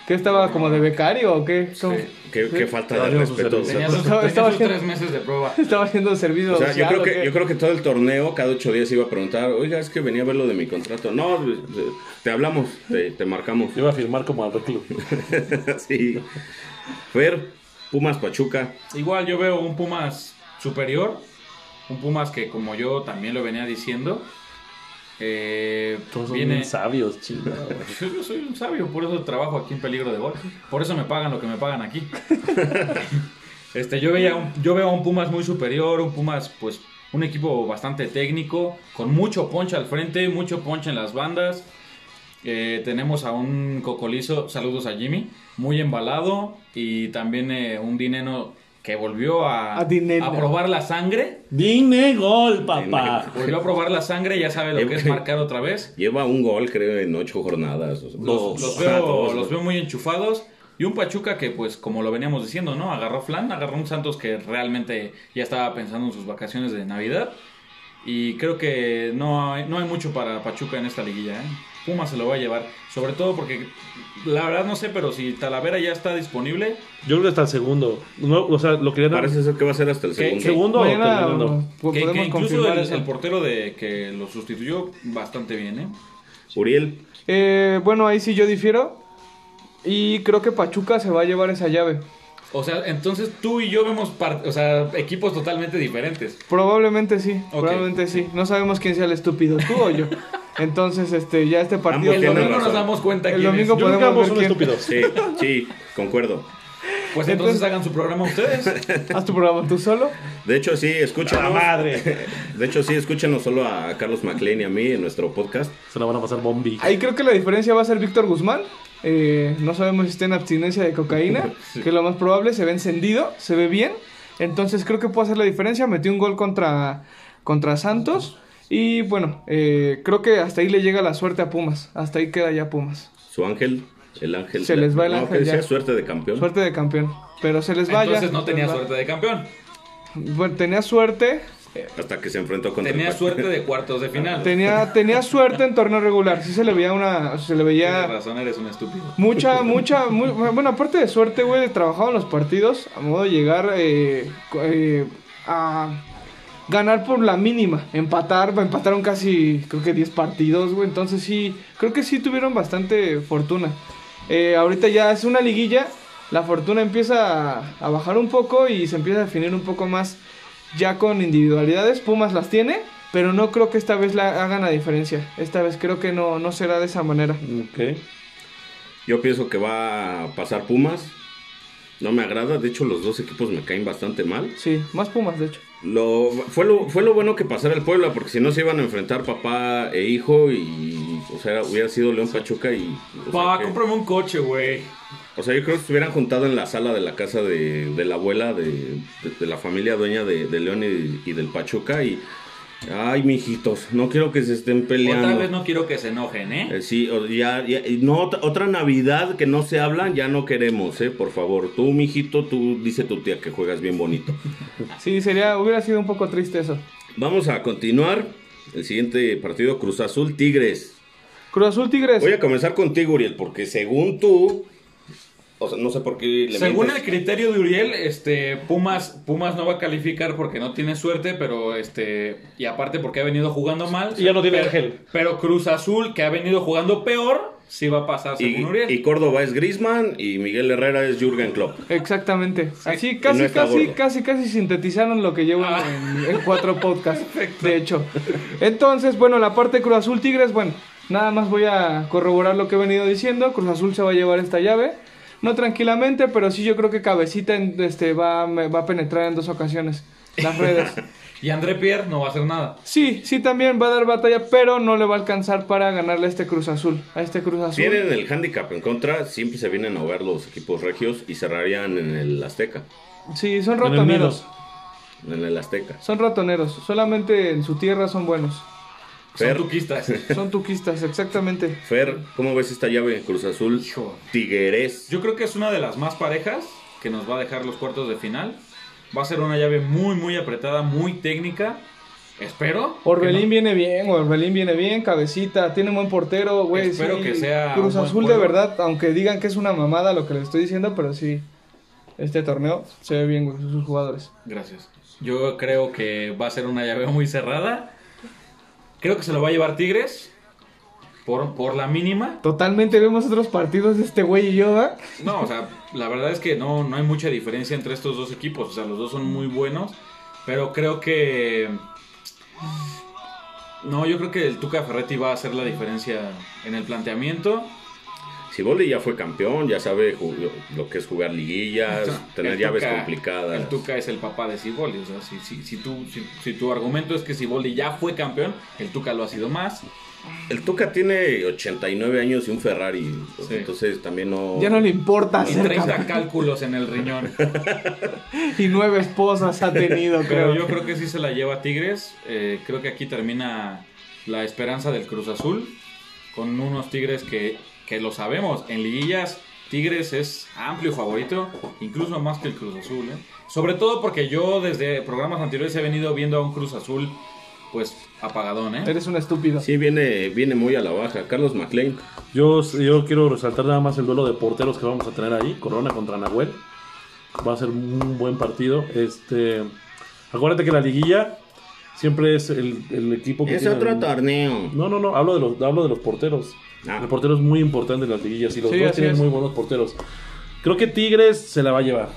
B: ¿Qué estaba como de becario o qué? ¿Cómo?
A: Qué, qué falta de
D: Adiós,
A: respeto.
D: José Luis.
A: o sea,
C: Tenía sus,
B: Estaba-
C: tenía
B: estaba
C: sus
B: haciendo-
C: tres meses de prueba.
B: Estaba haciendo servicio
A: O sea, yo
B: social,
A: creo
B: ¿o
A: que
B: qué?
A: yo creo que todo el torneo cada ocho días iba a preguntar, oiga, es que venía a ver lo de mi contrato. No, pues, te hablamos, te, te marcamos.
D: Yo iba a firmar como al reclu.
A: sí. Fer, Pumas Pachuca.
C: Igual yo veo un Pumas superior, un Pumas que como yo también lo venía diciendo, eh,
D: Todos son
C: viene...
D: bien sabios, chinga.
C: Yo, Pues yo soy un sabio, por eso trabajo aquí en peligro de gol. Por eso me pagan lo que me pagan aquí. Este, yo, veía un- yo veo a un Pumas muy superior, un Pumas, pues, un equipo bastante técnico, con mucho ponche al frente, mucho ponche en las bandas. Eh, tenemos a un cocolizo, saludos a Jimmy, muy embalado y también eh, un dinero que volvió a,
B: A Dineno.
C: a probar la sangre.
D: Dine gol, papá.
C: Volvió a probar la sangre, ya sabe lo que es marcar otra vez.
A: Lleva un gol, creo, en ocho jornadas. o sea, pues,
D: Dos.
A: o
C: Los
A: sea,
C: veo,
A: dos,
C: los
A: güey.
C: veo muy enchufados. Y un Pachuca que, pues, como lo veníamos diciendo, ¿no? Agarró flan, agarró un Santos que realmente ya estaba pensando en sus vacaciones de Navidad. Y creo que no hay, no hay mucho para Pachuca en esta liguilla, ¿eh? Puma se lo va a llevar. Sobre todo porque, la verdad no sé, pero si Talavera ya está disponible,
D: Yo creo que hasta el segundo. No, o sea, lo querían.
A: Parece ser que va a ser hasta el
C: ¿Qué-
A: segundo.
D: segundo? o
B: Mañana
D: terminando?
B: po-
C: que,
B: Pues
C: que
B: podemos
C: incluso
B: confirmar
C: el,
B: eso.
C: el portero de que lo sustituyó bastante bien, ¿eh?
A: Uriel,
B: Eh, bueno, ahí sí yo difiero. Y creo que Pachuca se va a llevar esa llave.
C: O sea, entonces tú y yo vemos par- o sea, equipos totalmente diferentes.
B: Pues Probablemente sí,
C: Ok.
B: probablemente sí. No sabemos quién sea el estúpido, tú o yo. Entonces, este, ya este partido...
A: Ambos
C: El
A: Tienes
C: domingo
A: razón.
C: Pues nos damos cuenta
B: El
C: quién es.
B: domingo
D: Yo creo que
B: podemos
D: ambos
B: ver
D: son
B: quién.
D: estúpidos.
A: sí, sí, concuerdo.
C: Pues entonces,
B: Entonces-
C: hagan su programa ustedes.
D: pues
B: Haz tu programa tú solo.
A: De hecho, sí,
D: ¡La
A: escúchanos.
D: madre!
A: De hecho, sí, escúchanos solo a Carlos McLean y a mí en nuestro podcast.
D: Se la van a pasar bombi.
B: Ahí creo que la diferencia va a ser Víctor Guzmán. Eh, no sabemos si está en abstinencia de cocaína, que lo más probable se ve encendido, se ve bien. Entonces creo que puede hacer la diferencia. Metió un gol contra, contra Santos. Y bueno, eh, creo que hasta ahí le llega la suerte a Pumas. Hasta ahí queda ya Pumas.
A: Su ángel, el ángel.
B: Se les va el
A: No,
B: ángel
A: que
B: ya.
A: decía suerte de campeón.
B: Suerte de campeón. Pero se les vaya.
C: Entonces no tenía
D: Pues
C: suerte de campeón.
B: Bueno, tenía suerte.
A: Hasta que se enfrentó contra
C: Tenía
A: el Pachuca.
C: suerte de cuartos de final.
B: Tenía, tenía suerte en torneo regular. Sí se le veía una. Se le veía.
C: Tienes razón, eres un estúpido.
B: Mucha, mucha, mu- bueno, aparte de suerte, güey, trabajaba en los partidos a modo de llegar eh, co- eh, a ganar por la mínima, empatar, empataron casi, creo que 10 partidos, güey, entonces sí, creo que sí tuvieron bastante fortuna. Eh, ahorita ya es una liguilla, la fortuna empieza a, a bajar un poco y se empieza a definir un poco más ya con individualidades, Pumas las tiene, pero no creo que esta vez la hagan la diferencia, esta vez creo que no, no será de esa manera.
D: Ok.
A: Yo pienso que va a pasar Pumas. No me agrada. De hecho, los dos equipos me caen bastante mal.
B: Sí, más Pumas, de hecho.
A: Lo, fue, lo, fue lo bueno que pasara el Puebla, porque si no se iban a enfrentar papá e hijo y... O sea, hubiera sido León Pachuca y... o sea,
C: Pa,
A: que-
C: cómprame un coche, güey.
A: O sea, yo creo que se hubieran juntado en la sala de la casa de, de la abuela, de, de- de la familia dueña de, de León y, y del Pachuca y... Ay, mijitos, no quiero que se estén peleando.
C: Otra vez no quiero que se enojen, ¿eh?
A: Eh, sí, o- ya, ya- y no, ot- otra Navidad que no se hablan, ya no queremos, ¿eh? Por favor, tú, mijito, tú, dice tu tía que juegas bien bonito.
B: Sí, sería, hubiera sido un poco triste eso.
A: Vamos a continuar. El siguiente partido, Cruz Azul, Tigres.
B: Cruz Azul Tigres.
A: Voy a comenzar contigo, Uriel, porque según tú, o sea, no sé por qué le
C: Según el
A: mientes.
C: criterio de Uriel, este Pumas, Pumas no va a calificar porque no tiene suerte, pero este y aparte porque ha venido jugando mal.
D: Y ya no tiene
C: Pero-
D: ángel.
C: Pero Cruz Azul, que ha venido jugando peor, sí va a pasar según Uriel.
A: y, y Córdoba es Grisman y Miguel Herrera es Jürgen Klopp.
B: Exactamente. Así
A: Y no
B: casi,
A: está
B: casi,
A: gordo.
B: casi, casi sintetizaron lo que llevo
C: Ah.
B: en, en cuatro podcasts. De hecho. Entonces, bueno, la parte de Cruz Azul Tigres, bueno, nada más voy a corroborar lo que he venido diciendo. Cruz Azul se va a llevar esta llave. No tranquilamente, pero sí yo creo que Cabecita en- este, va, me- va a penetrar en dos ocasiones las redes.
C: Y André Pierre no va a hacer nada.
B: Sí, sí también va a dar batalla, pero no le va a alcanzar para ganarle a este Cruz Azul. A este Cruz Azul.
A: Tienen el handicap en contra, siempre se vienen a ver los equipos regios y cerrarían en el Azteca.
B: Sí, son
D: En el
B: rotoneros.
A: En el Azteca.
B: Son ratoneros, solamente en su tierra son buenos.
A: Fer.
C: Son tuquistas.
B: Son tuquistas, exactamente.
A: Fer, ¿cómo ves esta llave en Cruz Azul?
C: Hijo.
A: Tigueres.
C: Yo creo que es una de las más parejas que nos va a dejar los cuartos de final. Va a ser una llave muy, muy apretada, muy técnica. Espero. que
B: Orbelín
C: no-
B: viene bien, Orbelín viene bien, cabecita, tiene un buen portero, güey.
C: Espero
B: sí.
C: que sea
B: Cruz
C: un buen
B: Azul de
C: juego.
B: verdad, aunque digan que es una mamada lo que les estoy diciendo, pero sí. Este torneo se ve bien, güey, sus jugadores.
C: Gracias. Yo creo que va a ser una llave muy cerrada. Creo que se lo va a llevar Tigres. Por, por la mínima.
B: Totalmente vemos otros partidos de este güey y yo, ¿verdad?
C: No, o sea, la verdad es que no, no hay mucha diferencia entre estos dos equipos. O sea, los dos son muy buenos. Pero creo que. No, yo creo que el Tuca Ferretti va a hacer la diferencia en el planteamiento.
A: Siboldi ya fue campeón, ya sabe ju- lo que es jugar liguillas, tener
C: El
A: llaves
C: Tuca-
A: complicadas.
C: El Tuca es el papá de Siboldi. O sea, si, si, si, tu, si, si tu argumento es que Siboldi ya fue campeón, el Tuca lo ha sido más.
A: El Tuca tiene 89 años y un Ferrari, pues,
C: Sí.
A: entonces también no...
B: Ya no le importa
C: Oh. Y
B: ser
C: 30
B: campeón.
C: cálculos en el riñón.
B: Y nueve esposas ha tenido, creo.
C: Pero yo creo que sí se la lleva Tigres. Eh, creo que aquí termina la esperanza del Cruz Azul. Con unos Tigres que, que lo sabemos. En liguillas, Tigres es amplio favorito. Incluso más que el Cruz Azul. ¿eh? Sobre todo porque yo desde programas anteriores he venido viendo a un Cruz Azul pues apagadón. ¿eh?
B: Eres un estúpido.
A: Sí, viene, viene muy a la baja. Carlos McLean.
D: Yo, yo quiero resaltar nada más el duelo de porteros que vamos a tener ahí, Corona contra Nahuel. Va a ser un buen partido. Este, acuérdate que la liguilla siempre es el, el equipo que
A: Es
D: tiene
A: otro
D: el-
A: torneo.
D: No, no, no, hablo de los, hablo de los porteros.
A: Ah.
D: El portero es muy importante en las liguillas y los
B: Sí,
D: dos
B: así
D: tienen
B: es.
D: muy buenos porteros. Creo que Tigres se la va a llevar.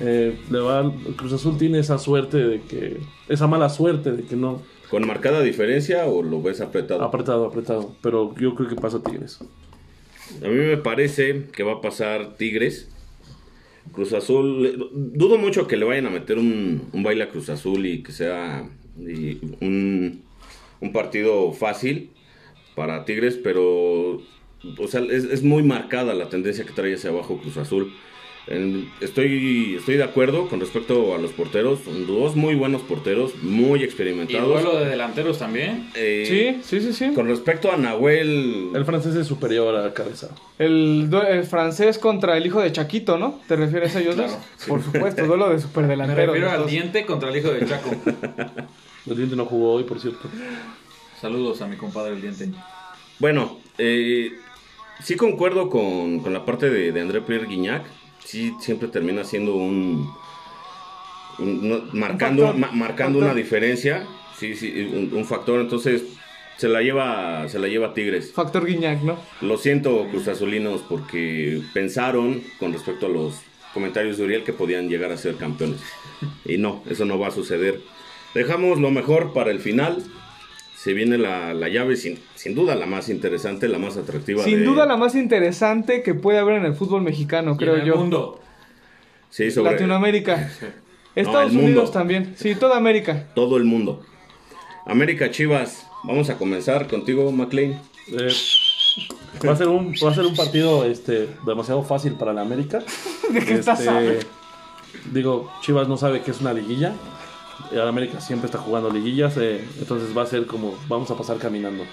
D: Eh, le va- Cruz Azul tiene esa suerte de que. Esa mala suerte de que no.
A: ¿Con marcada diferencia o lo ves apretado?
D: Apretado, apretado. Pero yo creo que pasa Tigres.
A: A mí me parece que va a pasar Tigres. Cruz Azul, eh, dudo mucho que le vayan a meter un, un baile a Cruz Azul y que sea y un, un partido fácil para Tigres, pero o sea, es, es muy marcada la tendencia que trae hacia abajo Cruz Azul. En- estoy, estoy de acuerdo con respecto a los porteros, dos muy buenos porteros, muy
C: Y
A: experimentados.
C: duelo de delanteros también.
A: Eh,
B: Sí, sí, sí, sí.
A: Con respecto a Nahuel,
D: El francés es superior a la cabeza.
B: El, due- el francés contra el hijo de Chaquito, ¿no? ¿Te refieres a ellos dos?
C: Claro,
B: Por supuesto, duelo de
C: Me
B: superdelanteros.
C: refiero
B: los
C: al
B: dos.
C: diente contra el hijo de Chaco.
D: El diente no jugó hoy, por cierto.
C: Saludos a mi compadre el diente.
A: Bueno, eh, sí concuerdo con, con la parte de, de André Pierre Guignac. Sí, siempre termina siendo un. un- no- marcando
B: factor,
A: ma- marcando
B: factor.
A: una diferencia. Sí, sí, un, un factor. Entonces, se la lleva se la lleva Tigres.
B: Factor Guiñac, ¿no?
A: Lo siento, Cruz Azulinos, porque pensaron con respecto a los comentarios de Uriel que podían llegar a ser campeones. Y no, eso no va a suceder. Dejamos lo mejor para el final. Se viene la, la llave, sin, sin duda la más interesante, la más atractiva.
B: Sin
A: de-
B: duda la más interesante que puede haber en el fútbol mexicano, creo
C: y en el
B: yo.
C: mundo.
A: Sí, sobre
B: Latinoamérica. Estados
A: No, el
B: Unidos
A: mundo.
B: también. Sí, toda América.
A: todo el mundo. América Chivas, vamos a comenzar contigo, McLean.
D: Eh, va, a ser un, va a ser un partido este, demasiado fácil para la América. Este,
B: ¿De qué
A: Este,
B: estás hablando?
D: Digo, Chivas no sabe que es una liguilla. Eh, La América siempre está jugando liguillas. eh, entonces va a ser como, vamos a pasar caminando.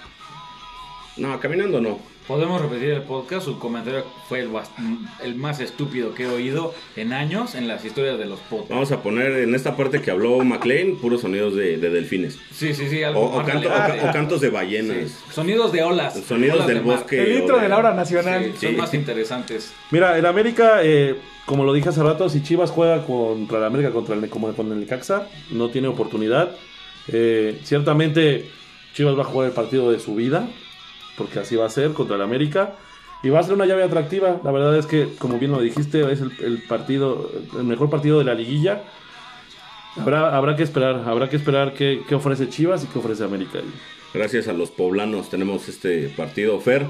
A: No, caminando no.
C: Podemos repetir el podcast, su comentario fue el, bas- el más estúpido que he oído en años en las historias de los podcasts.
A: Vamos a poner en esta parte que habló McLean puros sonidos de, de delfines.
C: Sí, sí, sí,
A: O,
C: algo
A: o
C: más
A: canto- o
C: relevante.
A: ca- o cantos de
C: Sí.
A: ballenas.
C: Sonidos de olas.
A: Sonidos
C: olas
A: del
C: de mar.
A: bosque.
B: El
A: eh,
B: intro
A: o
B: de
A: de-
B: la hora
C: Sí,
B: nacional.
C: Son
A: Sí.
C: más interesantes.
D: Mira, el América, eh, como lo dije hace rato, si Chivas juega contra el América, contra el, como con el Necaxa, no tiene oportunidad. Eh, ciertamente Chivas va a jugar el partido de su vida, porque así va a ser contra el América. Y va a ser una llave atractiva. La verdad es que, como bien lo dijiste, es el, el partido, el mejor partido de la liguilla. Habrá, habrá que esperar, habrá que esperar qué, qué ofrece Chivas y qué ofrece América.
A: Gracias a los poblanos tenemos este partido, Fer.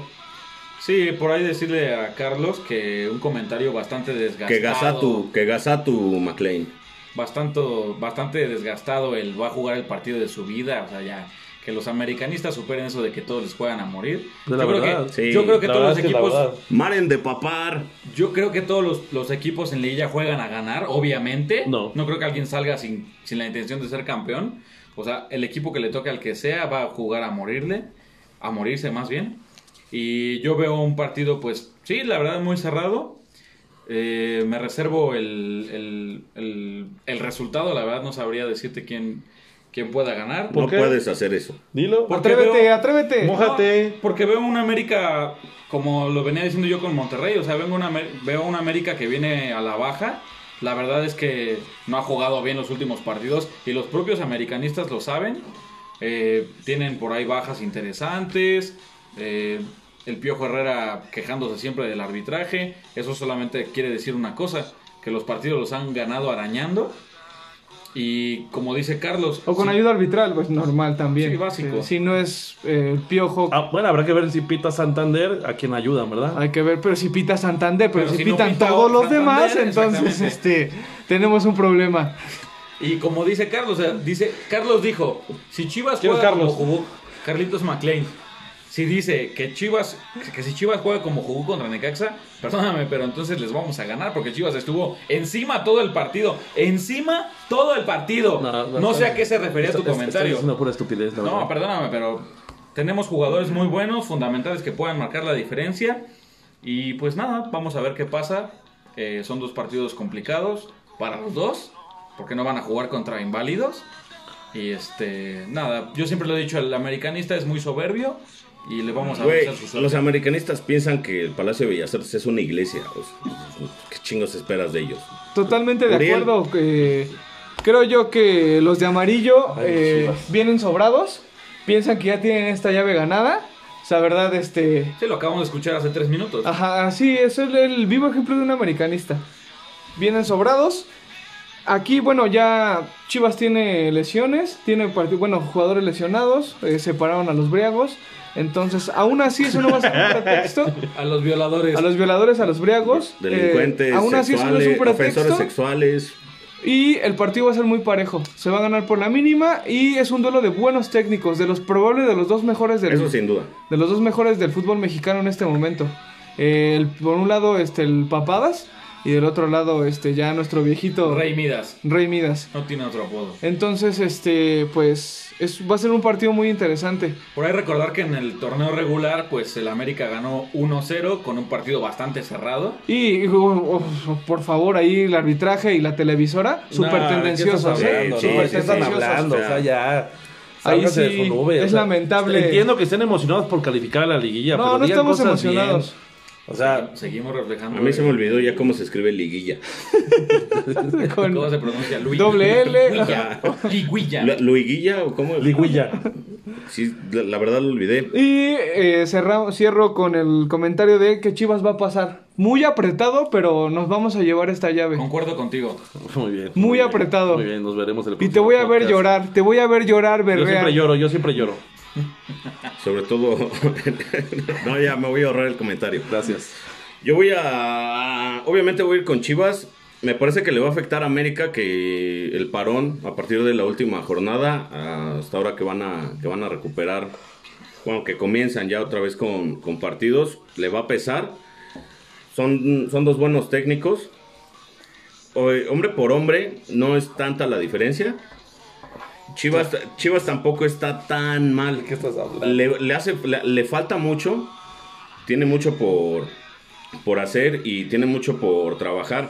C: Sí, por ahí decirle a Carlos que un comentario bastante desgastado.
A: Que gasa tu, que gasa tu McLean.
C: bastante, bastante desgastado. Él va a jugar el partido de su vida. O sea, ya que los americanistas superen eso de que todos les juegan a morir.
D: Pues la
C: yo, creo
D: verdad,
C: que,
A: sí.
C: yo creo que
D: La
C: todos los
D: verdad es que la
C: equipos.
D: verdad.
A: Maren de papar.
C: Yo creo que todos los, los equipos en Liguilla juegan a ganar, obviamente.
D: No.
C: creo que alguien salga sin, sin la intención de ser campeón. O sea, el equipo que le toque al que sea va a jugar a morirle, a morirse más bien. Y yo veo un partido, pues, sí, la verdad, muy cerrado. Eh, me reservo el, el, el- el resultado, la verdad no sabría decirte quién, quién pueda ganar.
D: ¿Por
A: no
D: qué?
A: puedes hacer eso.
D: Dilo.
C: Por-
B: Atrévete,
C: veo-
B: atrévete.
D: Moja- Mójate.
C: No, porque veo una América, como lo venía diciendo yo con Monterrey, o sea, vengo una, Amer- veo una América que viene a la baja. La verdad es que no ha jugado bien los últimos partidos y los propios americanistas lo saben. Eh, tienen por ahí bajas interesantes. eh, el Piojo Herrera quejándose siempre del arbitraje. Eso solamente quiere decir una cosa, que los partidos los han ganado arañando. Y como dice Carlos...
B: O con
C: sí,
B: ayuda arbitral, pues normal también.
C: Sí, básico.
B: Eh, si no es eh, el piojo,
D: Ah, bueno, habrá que ver si pita Santander a quien ayudan, ¿verdad?
B: hay que ver. Pero si pita Santander, pero,
C: Pero
B: si,
C: si no
B: pitan
C: pita
B: todos los
C: Santander,
B: demás, entonces
C: exactamente.
B: este tenemos un problema.
C: Y como dice Carlos, o sea, dice, Carlos dijo, si Chivas
D: ¿Quién es
C: juega
D: Carlos?
C: como jugó Carlitos McLean, si dice que Chivas, que si Chivas juega como jugó contra Necaxa, perdóname, pero entonces les vamos a ganar porque Chivas estuvo encima todo el partido, encima todo el partido. No, sé a qué se refería tu comentario.
D: Es una pura estupidez, la
C: No,
D: verdad.
C: perdóname, pero tenemos jugadores muy buenos, fundamentales que puedan marcar la diferencia. Y pues nada, vamos a ver qué pasa. Eh, son dos partidos complicados para los dos, porque no van a jugar contra inválidos. Y este, nada, yo siempre lo he dicho, el americanista es muy soberbio y le vamos a
A: Güey,
C: besar su suerte.
A: los americanistas piensan que el Palacio de Bellas Artes es una iglesia. o sea, ¿Qué chingos esperas de ellos?
B: Totalmente de
A: Uriel.
B: acuerdo. eh, creo yo que los de amarillo
D: Ay,
B: eh,
D: Chivas.
B: vienen sobrados. Piensan que ya tienen esta llave ganada. O sea, verdad, este.
C: Sí, lo acabamos de escuchar hace tres minutos.
B: Ajá, sí, es el, el vivo ejemplo de un americanista. Vienen sobrados. Aquí, bueno, ya Chivas tiene lesiones, tiene parti- bueno, jugadores lesionados, eh, separaron a los briagos. Entonces, aún así, eso no va a ser un pretexto.
C: A los violadores.
B: A los violadores, a los briagos. eh,
A: Delincuentes,
B: aún así, eso no es
A: sexuales,
B: un
A: ofensores
B: pretexto.
A: sexuales.
B: Y el partido va a ser muy parejo. Se va a ganar por la mínima y es un duelo de buenos técnicos, de los probables de los dos mejores del
A: Eso sin duda.
B: de los dos mejores del fútbol mexicano en este momento. Eh, el- por un lado este el Papadas y del otro lado este ya nuestro viejito
C: Rey Midas.
B: Rey Midas.
C: No tiene otro apodo.
B: Entonces este pues es, va a ser un partido muy interesante.
C: Por ahí recordar que en el torneo regular, pues el América ganó 1-0 con un partido bastante cerrado.
B: Y oh, oh, por favor ahí el arbitraje y la televisora súper
D: tendenciosos
B: tendenciosos.
A: estás
B: ¿eh?
A: hablando?
D: Sí,
A: Sí,
D: ¿Qué
A: sí,
D: están
A: sí,
D: hablando? O
A: o sea,
D: sea, ya.
B: Ahí
D: sálganse de
B: sí,
D: su nube, o
B: es
D: sea,
B: lamentable.
D: Entiendo que estén emocionados por calificar a la liguilla.
B: No,
D: pero
B: no
D: digan
B: estamos
D: cosas
B: emocionados.
D: bien. O sea,
C: Seguimos reflejando.
A: A mí se me
C: el-
A: olvidó ya cómo se escribe liguilla.
B: Con-
C: ¿Cómo se pronuncia? Luis.
B: Doble L.
C: Liguilla. Liguilla.
A: Lu- ¿Luiguilla o cómo?
D: ligüilla.
A: Sí, la, la verdad lo olvidé.
B: Y eh, cerra- cierro con el comentario de que Chivas va a pasar. Muy apretado, pero nos vamos a llevar esta llave.
C: Concuerdo contigo.
D: Muy bien.
B: Muy
D: bien,
B: apretado.
D: Muy bien, nos veremos el
B: Y te
D: próximo
B: voy a ver
D: podcast.
B: llorar, te voy a ver llorar,
D: Yo siempre
B: berrea.
D: lloro, yo siempre lloro.
A: Sobre todo. no, ya me voy a ahorrar el comentario.
D: Gracias.
A: Yo voy a. Obviamente voy a ir con Chivas. Me parece que le va a afectar a América que el parón a partir de la última jornada, hasta ahora que van a, que van a recuperar, bueno, que comienzan ya otra vez con, con partidos, le va a pesar. Son, son dos buenos técnicos. Hoy, hombre por hombre, no es tanta la diferencia. Chivas, Chivas tampoco está tan mal.
D: ¿Qué estás hablando?
A: Le, le hace, le, le falta mucho, tiene mucho por, por hacer y tiene mucho por trabajar.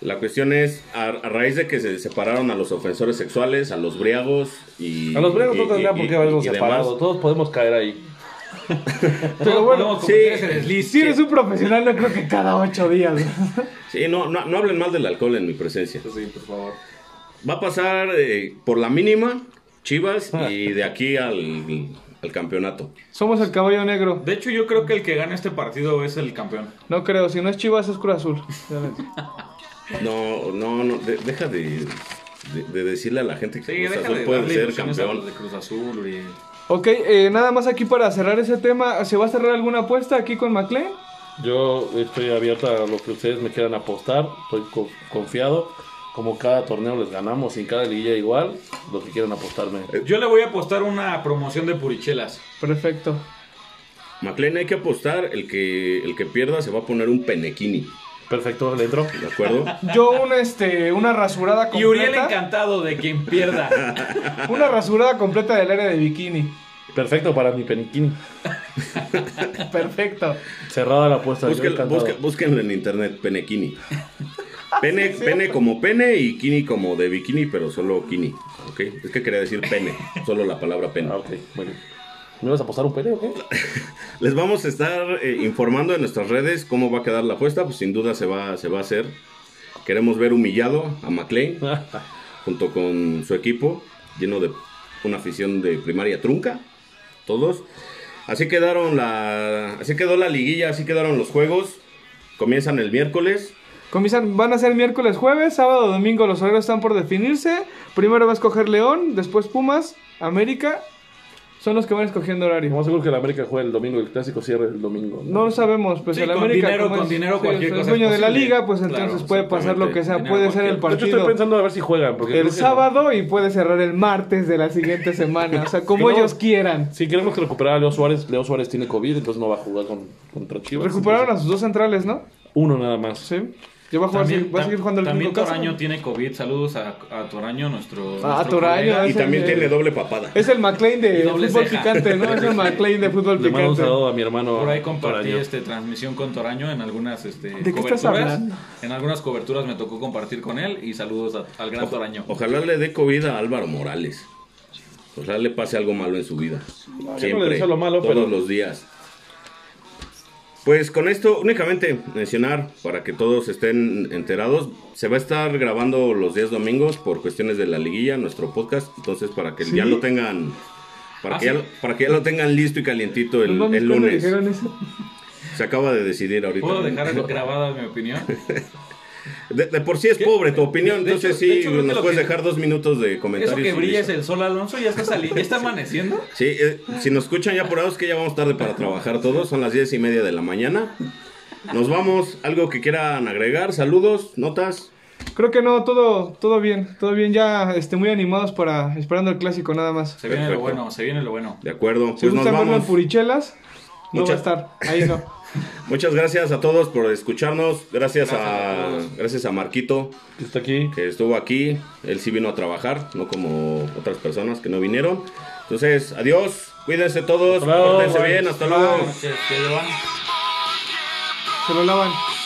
A: La cuestión es, a, a raíz de que se separaron a los ofensores sexuales, a los briagos y...
D: A los breves no
A: y-
D: tendría
A: y-
D: por
A: y-
D: qué habernos
A: y demás.
D: separado. Todos podemos caer ahí.
C: Todos
B: bueno,
C: podemos
A: sí.
C: cometer ese desliz.
B: Si eres un profesional, no creo que cada ocho días.
A: Sí, no, no, no hablen mal del alcohol en mi presencia.
C: Sí, por favor.
A: Va a pasar eh, por la mínima Chivas y de aquí al, al campeonato.
B: Somos el caballo negro.
C: De hecho, yo creo que el que gana este partido es el campeón.
B: No creo, si no es Chivas, es Cruz Azul.
A: No, no, no, de- deja de, de- de decirle a la gente que
C: Sí,
A: Cruz
C: deja
A: Azul
C: de
A: puede
C: darle
A: ser
C: ilusiones a los
A: campeón.
C: De Cruz Azul, Uriel.
B: Ok, eh, nada más aquí para cerrar ese tema. ¿Se va a cerrar alguna apuesta aquí con McLean?
D: Yo estoy abierta a lo que ustedes me quieran apostar. Estoy co- confiado. Como cada torneo les ganamos, sin cada liguilla igual, lo que quieran apostarme.
C: Yo le voy a apostar una promoción de purichelas.
B: Perfecto.
A: McLean hay que apostar, el que, el que pierda se va a poner un penequini,
D: Perfecto, le entro.
A: ¿de acuerdo?
B: Yo un, este, una rasurada completa.
C: Y Uriel encantado de quien pierda.
B: Una rasurada completa del área de bikini.
D: Perfecto para mi peniquín.
B: Perfecto.
D: Cerrada la apuesta. yo
A: Busquen-
D: encantado.
A: busque- búsquenlo en internet, Penekini. Pene, pene como pene y kini como de bikini, pero solo kini. ¿ok? Es que quería decir pene, solo la palabra pene.
D: Ah, ok, bueno. ¿Me vas a apostar un pene o qué?
A: Les vamos a estar eh, informando en nuestras redes cómo va a quedar la apuesta, pues sin duda se va, se va a hacer. Queremos ver humillado a McLean junto con su equipo, lleno de una afición de primaria trunca, todos. Así quedaron la, así quedó la liguilla, así quedaron los juegos. Comienzan el miércoles.
B: Comienzan, van a ser miércoles, jueves, sábado, domingo. Los horarios están por definirse. Primero va a escoger León, después Pumas, América. Son los que van escogiendo
D: Lo
B: horario.
D: más seguro es que el América juega el domingo, el clásico cierra el domingo.
B: No lo sabemos, pues
C: Sí,
B: el
C: con
B: América.
C: dinero,
B: como
C: con dinero, cualquier
B: es
C: cosa
B: dueño
C: es
B: de la
C: posible.
B: liga, pues
C: Claro,
B: entonces puede pasar lo que sea.
A: exactamente.
B: Puede ser el
D: De hecho, estoy
B: partido
D: pensando a ver si juegan. Porque creo
B: el
D: que-
B: sábado y puede cerrar el martes de la siguiente semana. O sea, como
D: Que no-
B: ellos quieran.
D: Sí, queremos que recuperar a Leo Suárez. Leo Suárez tiene COVID, entonces no va a jugar con, contra Chivas.
B: Recuperaron a sus dos centrales, ¿no?
D: Uno nada más.
B: Sí. Yo voy a jugar,
C: También,
B: va a seguir jugando el
C: también
B: quinto caso.
C: Toraño tiene COVID. Saludos a, a Toraño, nuestro.
B: Ah,
C: nuestro
B: Toraño,
C: colega.
A: Y
B: Ese
A: también
B: es-
A: tiene doble papada.
B: Es el McLean de
C: Y doble
B: fútbol
C: ceja.
B: picante, ¿no? Es el McLean de fútbol
D: Le mando un
B: picante.
D: saludo a mi hermano.
C: Por ahí compartí
D: Toraño.
C: este, transmisión con Toraño en algunas este,
B: qué estás hablando?
C: En algunas coberturas me tocó compartir con él y saludos a- al gran Toraño.
A: Ojalá le dé COVID a Álvaro Morales. Ojalá le pase algo malo en su vida.
D: no le
A: Siempre,
D: deseo lo malo,
A: todos
D: pero-
A: los días. Pues con esto únicamente mencionar para que todos estén enterados, se va a estar grabando los días domingos por cuestiones de la liguilla nuestro podcast, entonces para que
B: Sí.
A: ya lo tengan para,
C: Ah,
A: que ya,
C: sí.
A: lo- para que ya lo tengan listo y calientito el,
B: No mames,
A: el
B: ¿cuándo
A: lunes.
B: dijeron eso?
A: Se acaba de decidir ahorita.
C: ¿Puedo dejar grabada mi opinión?
A: De, de por sí es pobre tu opinión,
C: de
A: entonces
C: hecho- de
A: sí
C: hecho, creo que
A: nos
C: lo
A: puedes
C: que-
A: dejar dos minutos de
C: Eso
A: comentarios.
C: que
A: y
C: brilla es
A: listo.
C: el sol, Alonso, ya está saliendo, ya está amaneciendo.
A: Sí, eh, si nos escuchan ya apurados que ya vamos tarde para trabajar todos, son las diez y media de la mañana. Nos vamos, algo que quieran agregar, saludos, notas.
B: Creo que no, todo, todo bien, todo bien, ya este, muy animados para esperando el clásico nada más.
C: Se viene
A: Perfecto.
C: lo bueno, se viene lo bueno.
A: De acuerdo,
B: Si
A: pues nos
B: gustan verlo en
A: vamos.
B: Purichelas, no
A: Mucha-
B: va a estar, ahí no.
A: Muchas gracias a todos por escucharnos, gracias,
C: Gracias
A: a,
C: a todos.
A: gracias a Marquito
D: Que Está aquí.
A: que estuvo aquí, él sí vino a trabajar, no como otras personas que no vinieron. Entonces, adiós, cuídense todos,
D: Hasta luego,
A: pórtense
D: bye.
A: bien, hasta
B: Bye.
A: luego.
C: Se- se le van.
B: Se lo lavan.